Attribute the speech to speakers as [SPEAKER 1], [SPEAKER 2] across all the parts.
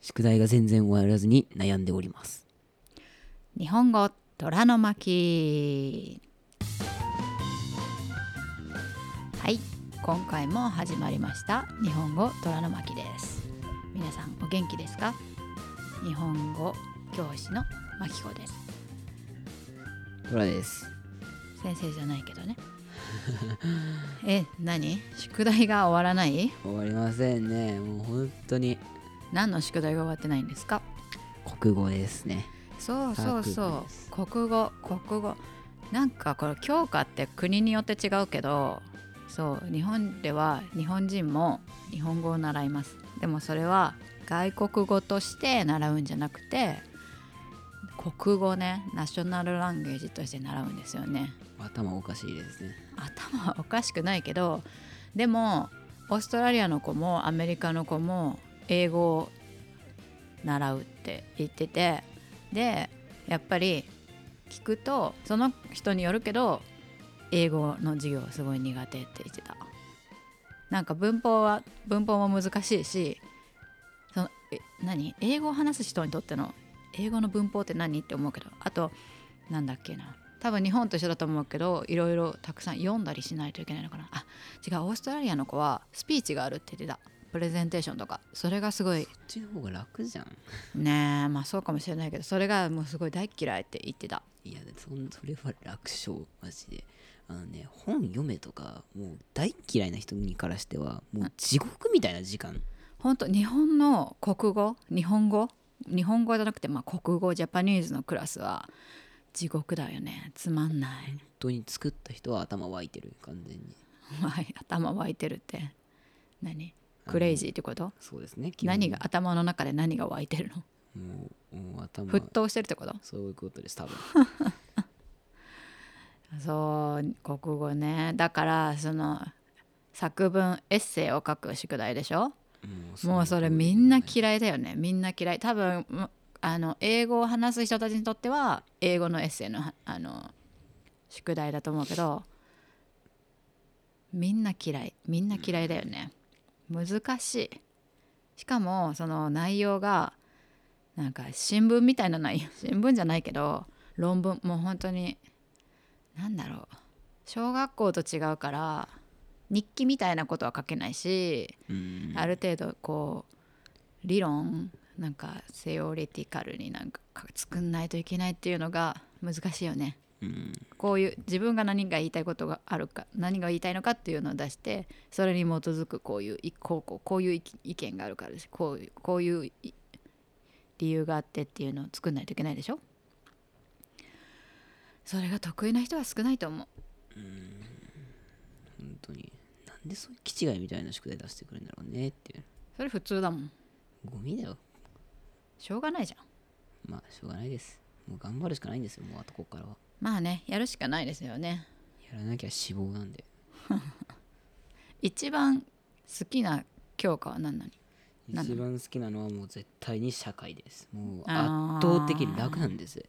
[SPEAKER 1] 宿題が全然終わらずに悩んでおります
[SPEAKER 2] 日本語虎の巻はい今回も始まりました日本語虎の巻です皆さんお元気ですか日本語教師の巻子です
[SPEAKER 1] トラです
[SPEAKER 2] 先生じゃないけどねえ何宿題が終わらない
[SPEAKER 1] 終わりませんねもう本当に
[SPEAKER 2] 何の宿題が終わってないんですか
[SPEAKER 1] 国語ですね
[SPEAKER 2] そうそうそ
[SPEAKER 1] す
[SPEAKER 2] う国語国語なんかこれ教科って国によって違うけどそう日本では日本人も日本語を習いますでもそれは外国語として習うんじゃなくて国語ねナショナルランゲージとして習うんですよね
[SPEAKER 1] 頭おかしいですね
[SPEAKER 2] 頭はおかしくないけどでもオーストラリアの子もアメリカの子も英語を習うって言っててでやっぱり聞くとその人によるけど英語の授業すごい苦手って言ってたなんか文法は文法も難しいしそのえ何英語を話す人にとっての英語の文法って何って思うけどあとなんだっけな多分日本と一緒だと思うけどいろいろたくさん読んだりしないといけないのかなあ違うオーストラリアの子はスピーチがあるって言ってたプレゼンテーションとかそれがすごい
[SPEAKER 1] こっちの方が楽じゃん
[SPEAKER 2] ねえまあそうかもしれないけどそれがもうすごい大っ嫌いって言ってた
[SPEAKER 1] いやそんそれは楽勝マジであのね本読めとかもう大嫌いな人にからしてはもう地獄みたいな時間
[SPEAKER 2] 本当日本の国語日本語日本語じゃなくてまあ国語ジャパニーズのクラスは地獄だよねつまんない
[SPEAKER 1] 本当に作った人は頭湧いてる完全に
[SPEAKER 2] はい頭湧いてるって何クレイジーってこと
[SPEAKER 1] そうですね基本
[SPEAKER 2] 何が頭の中で何が湧いてるの
[SPEAKER 1] もうもう頭
[SPEAKER 2] 沸騰してるってこと
[SPEAKER 1] そういうことです多 分
[SPEAKER 2] そう国語ねだからその作文エッセイを書く宿題でしょ
[SPEAKER 1] も
[SPEAKER 2] もうそれみんな
[SPEAKER 1] き
[SPEAKER 2] 嫌いだよねみんな嫌い多分むあの英語を話す人たちにとっては英語のエッセイのはあの宿題だと思うけどみんな嫌いみんな嫌いだよね難しいしかもその内容がなんか新聞みたいな内容 新聞じゃないけど論文もう本当になんだろう小学校と違うから日記みたいなことは書けないし
[SPEAKER 1] うん
[SPEAKER 2] ある程度こう理論なんかセオリティカルになんか作んないといけないっていうのが難しいよね。
[SPEAKER 1] うん
[SPEAKER 2] こういう自分が何が言いたいことがあるか何が言いたいのかっていうのを出してそれに基づくこういういこうこうこういう意意見があるからですこういうこういうい理由があってっていうのを作んないといけないでしょそれが得意な人は少ないと思う
[SPEAKER 1] 本当になんでそういう気違いみたいな宿題出してくるんだろうねっていう
[SPEAKER 2] それ普通だもん
[SPEAKER 1] ゴミだよ
[SPEAKER 2] しょうがないじゃん
[SPEAKER 1] まあしょうがないですもう頑張るしかないんですよもうあとここからは
[SPEAKER 2] まあねやるしかないですよね
[SPEAKER 1] やらなきゃ死亡なんで
[SPEAKER 2] 一番好きな教科は何なのなんだ
[SPEAKER 1] 一番好きなのはもう絶対に社会ですもう圧
[SPEAKER 2] あー
[SPEAKER 1] 倒的に楽なんです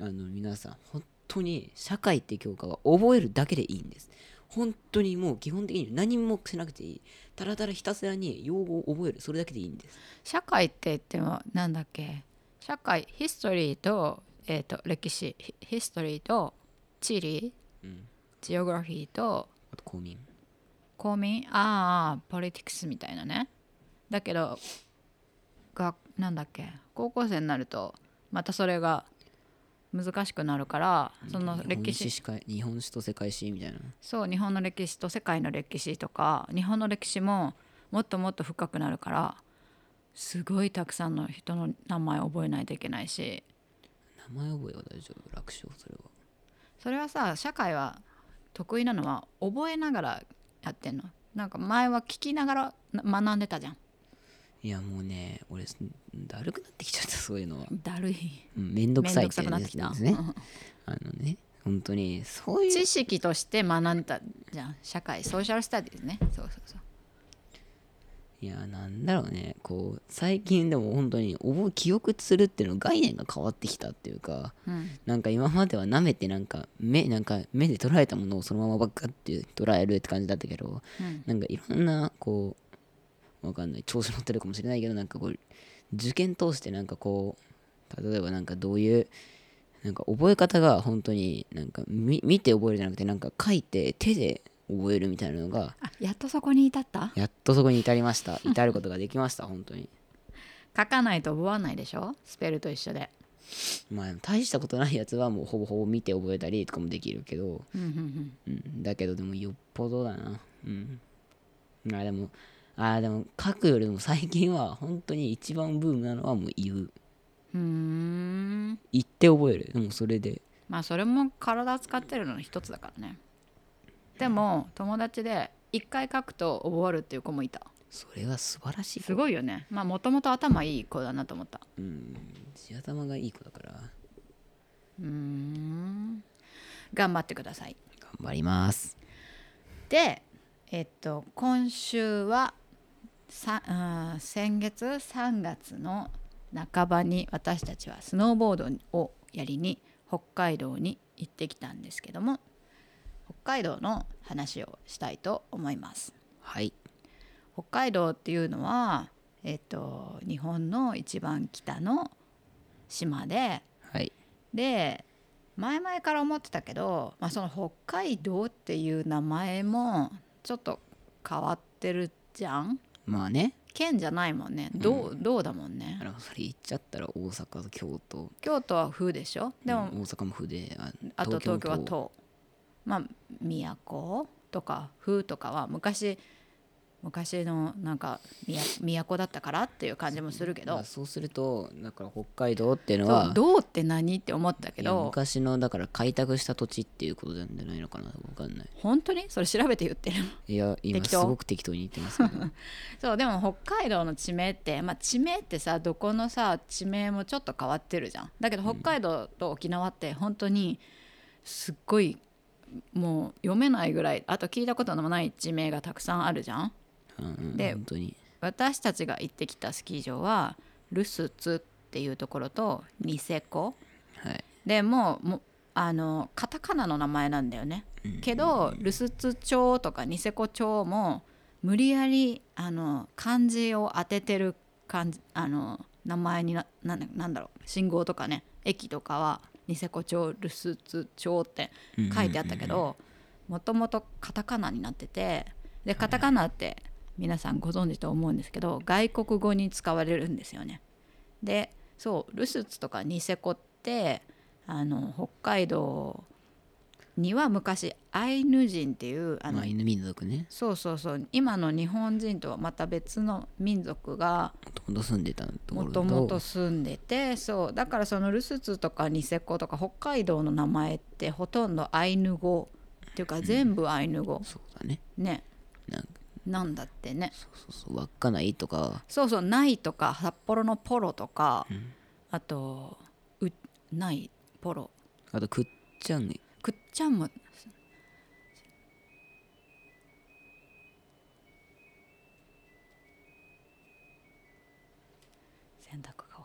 [SPEAKER 1] あの皆さん本当に社会って教科は覚えるだけでいいんです本当にもう基本的に何もしなくていいたらたらひたすらに用語を覚えるそれだけでいいんです
[SPEAKER 2] 社会って言ってもなんだっけ社会ヒストリーと,、えー、と歴史ヒヒストリーと地理
[SPEAKER 1] うん
[SPEAKER 2] ジオグラフィーと
[SPEAKER 1] あと公民
[SPEAKER 2] 公民ああポリティクスみたいなねだけどがなんだっけ高校生になるとまたそれが難しくなるからその歴史
[SPEAKER 1] 日本史世界日本史と世界史みたいな
[SPEAKER 2] そう日本の歴史と世界の歴史とか日本の歴史ももっともっと深くなるからすごいたくさんの人の名前を覚えないといけないし
[SPEAKER 1] 名前覚えは大丈夫楽勝それは
[SPEAKER 2] それはさ社会は得意なのは覚えながらやってんのなんか前は聞きながらな学んでたじゃん
[SPEAKER 1] いやもうね俺だるくなってきちゃったそういうのは、
[SPEAKER 2] だるい
[SPEAKER 1] うん、めんどくさいって
[SPEAKER 2] めんどくさくなってきた
[SPEAKER 1] やつですねあのね本当にそういう
[SPEAKER 2] 知識として学んだじゃん社会ソーシャルスタディですねそうそうそう
[SPEAKER 1] いやなんだろうねこう最近でも本当に覚え記憶するっていうの概念が変わってきたっていうか
[SPEAKER 2] うん
[SPEAKER 1] なんか今までは舐めてなんか目なんか目で捉えたものをそのままばっかって捉えるって感じだったけど
[SPEAKER 2] うん
[SPEAKER 1] なんかいろんなこうわかんない調子乗ってるかもしれないけどなんかこう受験通してなんかこう例えばなんかどういうなんか覚え方が本当になんか見見て覚えるじゃなくてなんか書いて手で覚えるみたいなのが
[SPEAKER 2] あやっとそこに至った
[SPEAKER 1] やっとそこに至りました至ることができました本当に
[SPEAKER 2] 書かないと覚わないでしょスペルと一緒で、
[SPEAKER 1] まあ大したことないやつはもうほぼほぼ見て覚えたりとかもできるけど、
[SPEAKER 2] うんうん
[SPEAKER 1] う
[SPEAKER 2] うん、
[SPEAKER 1] ん、だけどでもよっぽどだなうんまあでもああでも書くよりも最近は本当に一番ブームなのはもう言う
[SPEAKER 2] うーん
[SPEAKER 1] 言って覚えるでもそれで
[SPEAKER 2] まあそれも体使ってるのの一つだからねでも友達で一回書くと覚わるっていう子もいた
[SPEAKER 1] それは素晴らしい
[SPEAKER 2] す
[SPEAKER 1] い、
[SPEAKER 2] ごいよねまあもともと頭いい子だなと思った
[SPEAKER 1] うん、地頭がいい子だから
[SPEAKER 2] うーん頑張ってください
[SPEAKER 1] 頑張ります
[SPEAKER 2] でえっと今週はさあー先月3月の半ばに私たちはスノーボードをやりに北海道に行ってきたんですけども北海道の話をしたいと思います
[SPEAKER 1] はい
[SPEAKER 2] 北海道っていうのはえっと日本の一番北の島で
[SPEAKER 1] はい
[SPEAKER 2] で前々から思ってたけど、まあ、その北海道っていう名前もちょっと変わってるじゃん
[SPEAKER 1] まあね
[SPEAKER 2] 県じゃないもんねどうどうだもんね
[SPEAKER 1] あのそれ言っちゃったら大阪と京都
[SPEAKER 2] 京都は風でしょでも、
[SPEAKER 1] うん大阪も風であ
[SPEAKER 2] あと東京は
[SPEAKER 1] も
[SPEAKER 2] 東まあ都とか風とかは昔昔のなんか都都だったからっていう感じもするけ
[SPEAKER 1] ま
[SPEAKER 2] ど
[SPEAKER 1] あ、そうするとだから北海道っていうの
[SPEAKER 2] そう
[SPEAKER 1] は
[SPEAKER 2] どうって何って思ったけ
[SPEAKER 1] いや
[SPEAKER 2] ど
[SPEAKER 1] 昔のだから開拓した土地っていうことなんじゃないのかなわかんない
[SPEAKER 2] 本当にそれ調べて言ってる
[SPEAKER 1] いや今
[SPEAKER 2] 適
[SPEAKER 1] す
[SPEAKER 2] 当
[SPEAKER 1] ごく適当に言ってますけど
[SPEAKER 2] そうでも北海道の地名って、まあ、地名ってさどこのさ地名もちょっと変わってるじゃんだけど北海道と沖縄って本当にすっごいもう読めないぐらいあと聞いたことのない地名がたくさんあるじゃん
[SPEAKER 1] うんうん
[SPEAKER 2] で
[SPEAKER 1] 本当に
[SPEAKER 2] 私たちが行ってきたスキー場はルスツっていうところとニセコ
[SPEAKER 1] はい
[SPEAKER 2] でもうもうあのカタカナの名前なんだよねけど留守都町とかニセコ町も無理やりあの漢字を当ててる漢字あの名前にななんだなんだろう信号とかね駅とかはニセコ町留守都町って書いてあったけどもともとカタカナになっててでカタカナって皆さんご存知と思うんですけど外国語に使われるんですよね。でそうルスツとかニセコってあの北海道には昔アイヌ人っていうあの、
[SPEAKER 1] まあ犬民族ね
[SPEAKER 2] そうそうそう今の日本人とはまた別の民族が
[SPEAKER 1] もともと住んでたとこ
[SPEAKER 2] も
[SPEAKER 1] ろ
[SPEAKER 2] と
[SPEAKER 1] と
[SPEAKER 2] もと住んでてそうだからそのルスツとかニセコとか北海道の名前ってほとんどアイヌ語っていうか全部アイヌ語、
[SPEAKER 1] そうだね
[SPEAKER 2] ね
[SPEAKER 1] なんか
[SPEAKER 2] なんだってね
[SPEAKER 1] そうそうそう稚内とか
[SPEAKER 2] そうそう「ない」とか「札幌のポロ」とか、あと「うない」「ポロ」
[SPEAKER 1] あとくっちゃん
[SPEAKER 2] くっちゃんも選択が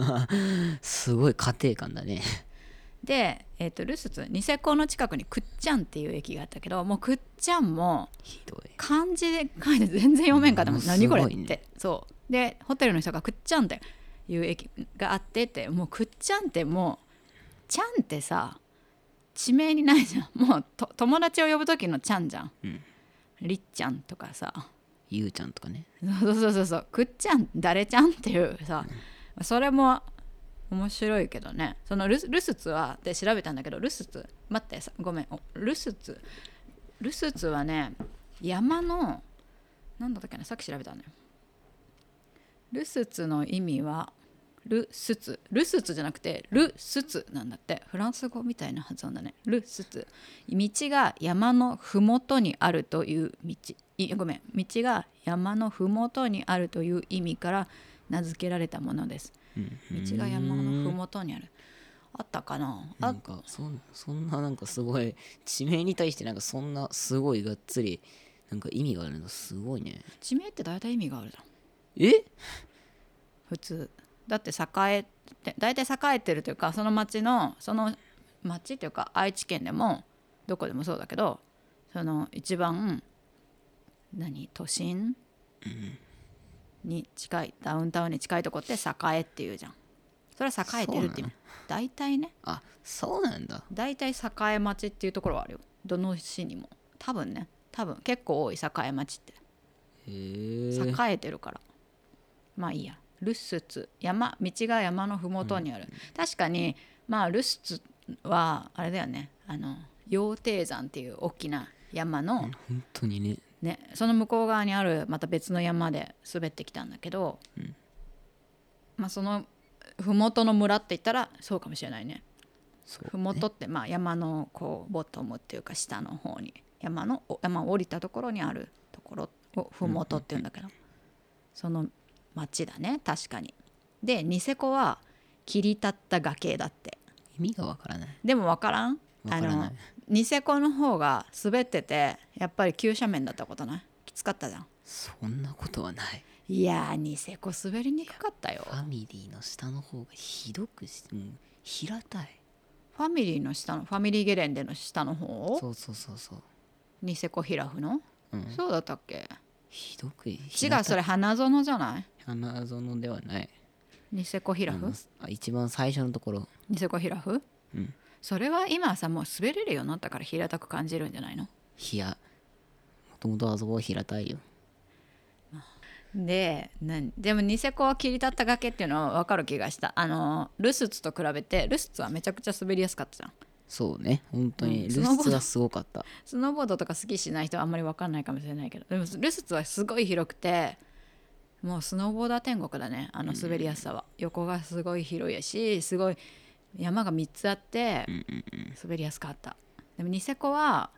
[SPEAKER 2] 終わった
[SPEAKER 1] すごい家庭感だね
[SPEAKER 2] で、えー、とルスツニセコの近くにくっちゃんっていう駅があったけどもうくっちゃんも
[SPEAKER 1] ひどい
[SPEAKER 2] 漢字で書いて全然読めんかったもん
[SPEAKER 1] うん
[SPEAKER 2] 何これっ
[SPEAKER 1] す
[SPEAKER 2] て、
[SPEAKER 1] ごい
[SPEAKER 2] そうでホテルの人が「くっちゃん」っていう駅があってってもう「くっちゃん」ってもう「ちゃん」ってさ地名にないじゃんもうと友達を呼ぶ時の「ちゃん」じゃん、
[SPEAKER 1] うん
[SPEAKER 2] りっちゃんとかさ
[SPEAKER 1] ゆうちゃんとかね
[SPEAKER 2] そうそうそうそうくっちゃん誰ちゃんっていうさそれも面白いけどねそのルスルスツはで調べたんだけどルスツ待ってさごめんおルスツルスツはね山のなんだったっけなさっき調べたのよルスツの意味はルスツルスツじゃなくてルスツなんだってフランス語みたいな発音だねルスツ道が山の麓にあるという道いごめん道が山の麓にあるという意味から名付けられたものです道が山の麓にあるあったかな
[SPEAKER 1] な
[SPEAKER 2] あ
[SPEAKER 1] んかそんそんななんかすごい地名に対してなんかそんなすごいがっつりなんか意味があるのすごいね
[SPEAKER 2] 地名って大体意味があるじゃん
[SPEAKER 1] え
[SPEAKER 2] 普通だって栄えて大体栄えてるというかその町のその町というか愛知県でもどこでもそうだけどその一番何都心、に近いダウンタウンに近いとこって栄っていうじゃんそれは栄えてるって
[SPEAKER 1] そうな
[SPEAKER 2] 意
[SPEAKER 1] の
[SPEAKER 2] 味大体ね
[SPEAKER 1] あそうなんだ
[SPEAKER 2] 大体栄町っていうところはあるよどの市にも多分ね多分結構多い栄町って
[SPEAKER 1] へ
[SPEAKER 2] 栄
[SPEAKER 1] え
[SPEAKER 2] えてるから、まあいいやルッスツ山道が山の麓にある、確かにまあルッスツはあれだよねあの羊蹄山っていう大きな山の、
[SPEAKER 1] 本当にね
[SPEAKER 2] ね、その向こう側にあるまた別の山で滑ってきたんだけど、
[SPEAKER 1] うん
[SPEAKER 2] まあその麓の村って言ったらそうかもしれないね
[SPEAKER 1] そう
[SPEAKER 2] 麓ってまあ山のこうボトムっていうか下の方に山のお山を降りたところにあるところを麓っていうんだけど、その町だね確かに。でニセコは切り立った崖だって
[SPEAKER 1] 意味がわからない
[SPEAKER 2] でも分からん
[SPEAKER 1] わからな
[SPEAKER 2] あ
[SPEAKER 1] い
[SPEAKER 2] のニセコの方が滑っててやっぱり急斜面だったことないきつかったじゃん
[SPEAKER 1] そんなことはない
[SPEAKER 2] いやーニセコ滑りにくかったよ
[SPEAKER 1] ファミリーの下の方がひどくしてもう平たい
[SPEAKER 2] ファミリーの下のファミリーゲレンデの下の方
[SPEAKER 1] そうそうそうそう、
[SPEAKER 2] ニセコヒラフの、
[SPEAKER 1] うん、
[SPEAKER 2] そうだったっけ
[SPEAKER 1] ひどく違
[SPEAKER 2] 違うそれ花園じゃない
[SPEAKER 1] 花園ではない
[SPEAKER 2] ニセコヒラ
[SPEAKER 1] あ
[SPEAKER 2] フ
[SPEAKER 1] のあ一番最初のところ
[SPEAKER 2] ニセコヒラフ
[SPEAKER 1] うん
[SPEAKER 2] それは今さもう滑れるようになったから平たく感じるんじゃないの
[SPEAKER 1] 冷やもともとあそこは平たいよ
[SPEAKER 2] でなんでもニセコは切り立った崖っていうのは分かる気がしたあのルスツと比べてルスツはめちゃくちゃ滑りやすかったじゃん
[SPEAKER 1] そうね本当に
[SPEAKER 2] うん
[SPEAKER 1] ル
[SPEAKER 2] スノーボード
[SPEAKER 1] ッツがすごかった、
[SPEAKER 2] スノーボードとか好きしない人はあんまり分かんないかもしれないけどでもルスツはすごい広くてもうスノーボーダー天国だねあの滑りやすさは、横がすごい広いしすごい山が3つあって
[SPEAKER 1] うんうんうん、
[SPEAKER 2] 滑りやすかったでもニセコは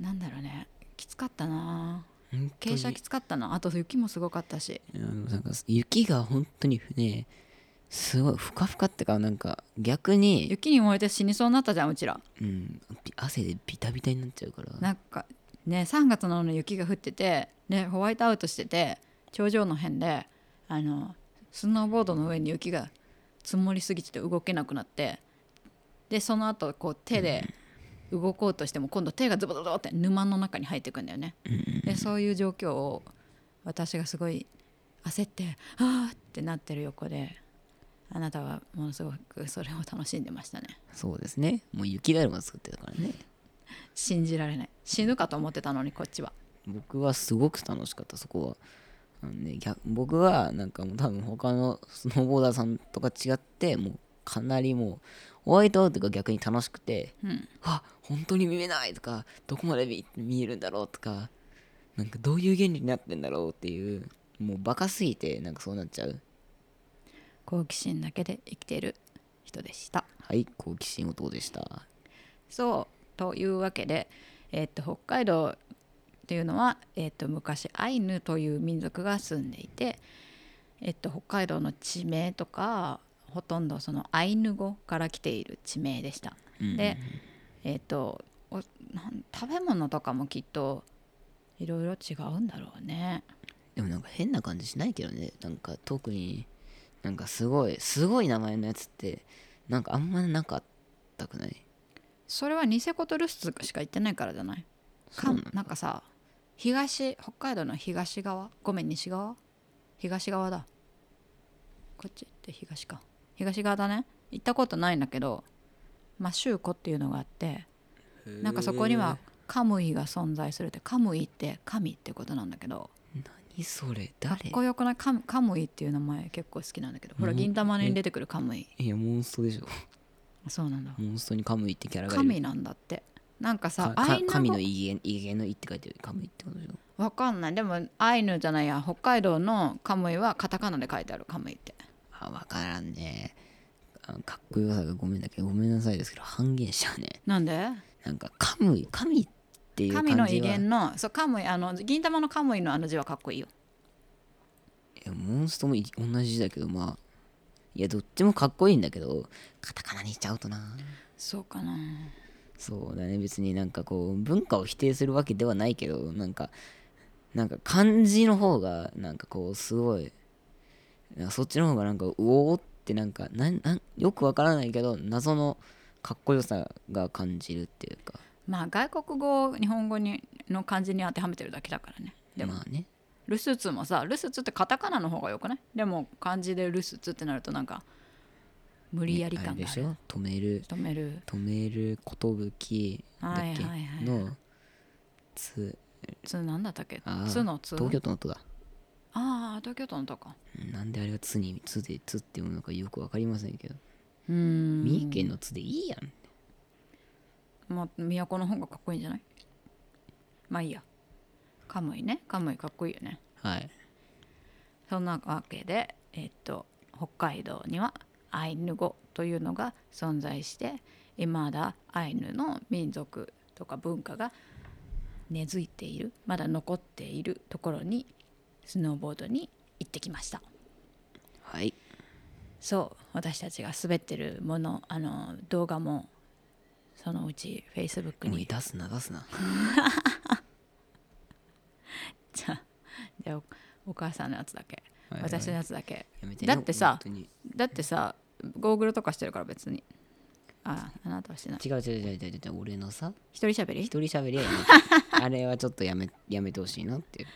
[SPEAKER 2] なんだろうねきつかったな
[SPEAKER 1] 本当
[SPEAKER 2] 傾
[SPEAKER 1] に
[SPEAKER 2] 斜きつかったなあと雪もすごかったし
[SPEAKER 1] いやなんか雪が本当にねすごいふかふかってかなんか逆に、
[SPEAKER 2] 雪に燃えて死にそうになったじゃんうちら
[SPEAKER 1] うん、び汗でビタビタになっちゃうから
[SPEAKER 2] なんかね3月なのに雪が降ってて、ね、ホワイトアウトしてて頂上の辺であのスノーボードの上に雪が積もりすぎてて動けなくなってでその後こう手で動こうとしても今度手がズボズボって沼の中に入っていくんだよね。でそういう状況を私がすごい焦って「ああ!」ってなってる横であなたはものすごくそれを楽しんでましたね。
[SPEAKER 1] そうですねもう雪だるま作ってたからね
[SPEAKER 2] 信じられない死ぬかと思ってたのにこっちは。
[SPEAKER 1] 僕はすごく楽しかったそこはあの、ね、逆僕はなんかもう多分他のスノーボーダーさんとか違ってもうかなりもうホワイトアウトが逆に楽しくて
[SPEAKER 2] うん
[SPEAKER 1] あ本当に見えないとかどこまで見見えるんだろうとかなんかどういう原理になってんだろうっていうもうバカすぎてなんかそうなっちゃう
[SPEAKER 2] 好奇心だけで生きている人でした。
[SPEAKER 1] はい好奇心男でした
[SPEAKER 2] そうというわけで、えっと北海道というのは、えっと昔アイヌという民族が住んでいて、えっと北海道の地名とかほとんどそのアイヌ語から来ている地名でした。
[SPEAKER 1] うん
[SPEAKER 2] で、えっとおなん食べ物とかもきっといろいろ違うんだろうね。
[SPEAKER 1] でもなんか変な感じしないけどねなんか特になんかすごいすごい名前のやつってなんかあんまなかったくない
[SPEAKER 2] それはニセコとルスツしか行ってないからじゃないか
[SPEAKER 1] そう
[SPEAKER 2] な
[SPEAKER 1] なんだ
[SPEAKER 2] んかさ東北海道の東側ごめん西側東側だこっちって東か東側だね行ったことないんだけどマシューコっていうのがあってなんかそこにはカムイが存在するってカムイって神ってことなんだけど
[SPEAKER 1] 何それ
[SPEAKER 2] か
[SPEAKER 1] 誰
[SPEAKER 2] っこよくないカムカムイっていう名前結構好きなんだけどほら
[SPEAKER 1] うん
[SPEAKER 2] 銀玉に出てくるカムイ
[SPEAKER 1] いやモンストでしょ
[SPEAKER 2] そうなんだ
[SPEAKER 1] モンストにカムイってキャラがいる
[SPEAKER 2] 神なんだってなんかさ
[SPEAKER 1] か
[SPEAKER 2] ア
[SPEAKER 1] か
[SPEAKER 2] イナ
[SPEAKER 1] 神
[SPEAKER 2] 語
[SPEAKER 1] の威厳威厳の威って書いてあるカムイってことでしょ
[SPEAKER 2] わかんないでもアイヌじゃないや北海道のカムイはカタカナで書いてあるカムイって
[SPEAKER 1] あ分からんねあのかっこよさがごめんだけどごめんなさいですけど半減しちゃうね
[SPEAKER 2] なんで
[SPEAKER 1] なんかカムイ神っていう感じ
[SPEAKER 2] 神
[SPEAKER 1] は
[SPEAKER 2] の威厳のそうカムイあの銀玉のカムイのあの字はかっこいいよ
[SPEAKER 1] いやモンストもい同じだけどまあいやどっちもかっこいいんだけどカタカナにしちゃうとな
[SPEAKER 2] そうかな
[SPEAKER 1] そうだね別になんかこう文化を否定するわけではないけどなんかなんか漢字の方がなんかこうすごいなんかそっちの方がなんかうおーってなんかなんなんよくわからないけど謎のかっこよさが感じるっていうか
[SPEAKER 2] まあ外国語を日本語にの漢字に当てはめてるだけだからねでも
[SPEAKER 1] まあね
[SPEAKER 2] ルスツもさルスツってカタカナの方がよくないでも漢字でルスツってなるとなんか無理やり
[SPEAKER 1] あ
[SPEAKER 2] 感
[SPEAKER 1] れで
[SPEAKER 2] があ
[SPEAKER 1] し
[SPEAKER 2] る、
[SPEAKER 1] ょ止める
[SPEAKER 2] 止める
[SPEAKER 1] 止める寿だっ
[SPEAKER 2] はい
[SPEAKER 1] け、
[SPEAKER 2] はいはい
[SPEAKER 1] のつ
[SPEAKER 2] つなんだったっけ
[SPEAKER 1] あー
[SPEAKER 2] つのつ
[SPEAKER 1] 東京都の都だ
[SPEAKER 2] ああ東京都のとか
[SPEAKER 1] なんであれが「つ」に「つ」で「つ」って読むのかよくわかりませんけど、
[SPEAKER 2] うーん
[SPEAKER 1] 三重県の「つ」でいいやん
[SPEAKER 2] まあ都の方がかっこいいんじゃないまあいいやカムイねカムイかっこいいよね
[SPEAKER 1] はい
[SPEAKER 2] そんなわけで、えっと、北海道にはアイヌ語というのが存在していまだアイヌの民族とか文化が根付いているまだ残っているところにスノーボードに行ってきました
[SPEAKER 1] はい
[SPEAKER 2] そう私たちが滑ってるものあの動画もそのうち Facebook
[SPEAKER 1] おい
[SPEAKER 2] に
[SPEAKER 1] 出すな出すな
[SPEAKER 2] じゃあじゃあおお母さんのやつだけ
[SPEAKER 1] はいはい
[SPEAKER 2] 私のやつだけ
[SPEAKER 1] やめて
[SPEAKER 2] だってさ
[SPEAKER 1] 本当に
[SPEAKER 2] だってさゴーグルとかしてるから別にああなたはしてない
[SPEAKER 1] 違う違う違う違う違う俺のさ
[SPEAKER 2] 一人喋り
[SPEAKER 1] 一人喋りはやめて あれはちょっとやめやめてほしいなって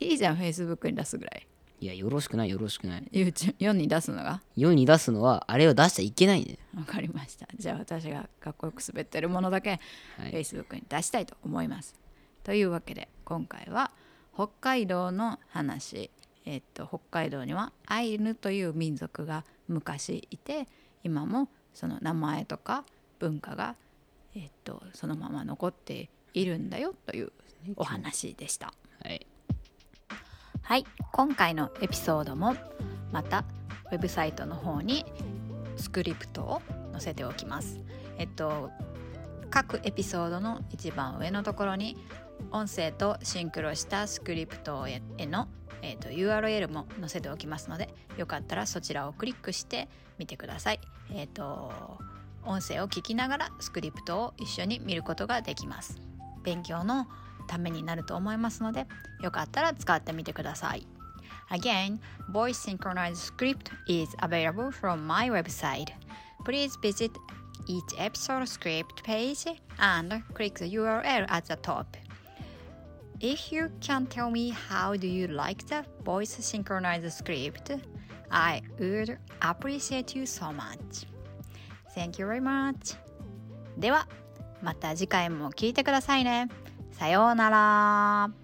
[SPEAKER 2] いいじゃん Facebook に出すぐらい
[SPEAKER 1] いやよろしくないよろしくない
[SPEAKER 2] YouTube 世に出すのが
[SPEAKER 1] 世に出すのはあれを出しちゃいけないね
[SPEAKER 2] わかりましたじゃあ私がかっこよく滑ってるものだけ
[SPEAKER 1] はい
[SPEAKER 2] Facebook に出したいと思います、というわけで今回は北海道の話えっと北海道にはアイヌという民族が昔いて今もその名前とか文化がえっとそのまま残っているんだよというお話でした
[SPEAKER 1] はい
[SPEAKER 2] はい今回のエピソードもまたウェブサイトの方にスクリプトを載せておきますえっと各エピソードの一番上のところに音声とシンクロしたスクリプトへの、えっと URL も載せておきますのでよかったらそちらをクリックしてみてくださいえっと音声を聞きながらスクリプトを一緒に見ることができます勉強のためになると思いますのでよかったら使ってみてください。Again, voice synchronized script is available from my website. Please visit each episode script page and click the URL at the top. If you can tell me how do you like the voice synchronized script, I would appreciate you so much. Thank you very much. では、また次回も聞いてくださいね。さようなら。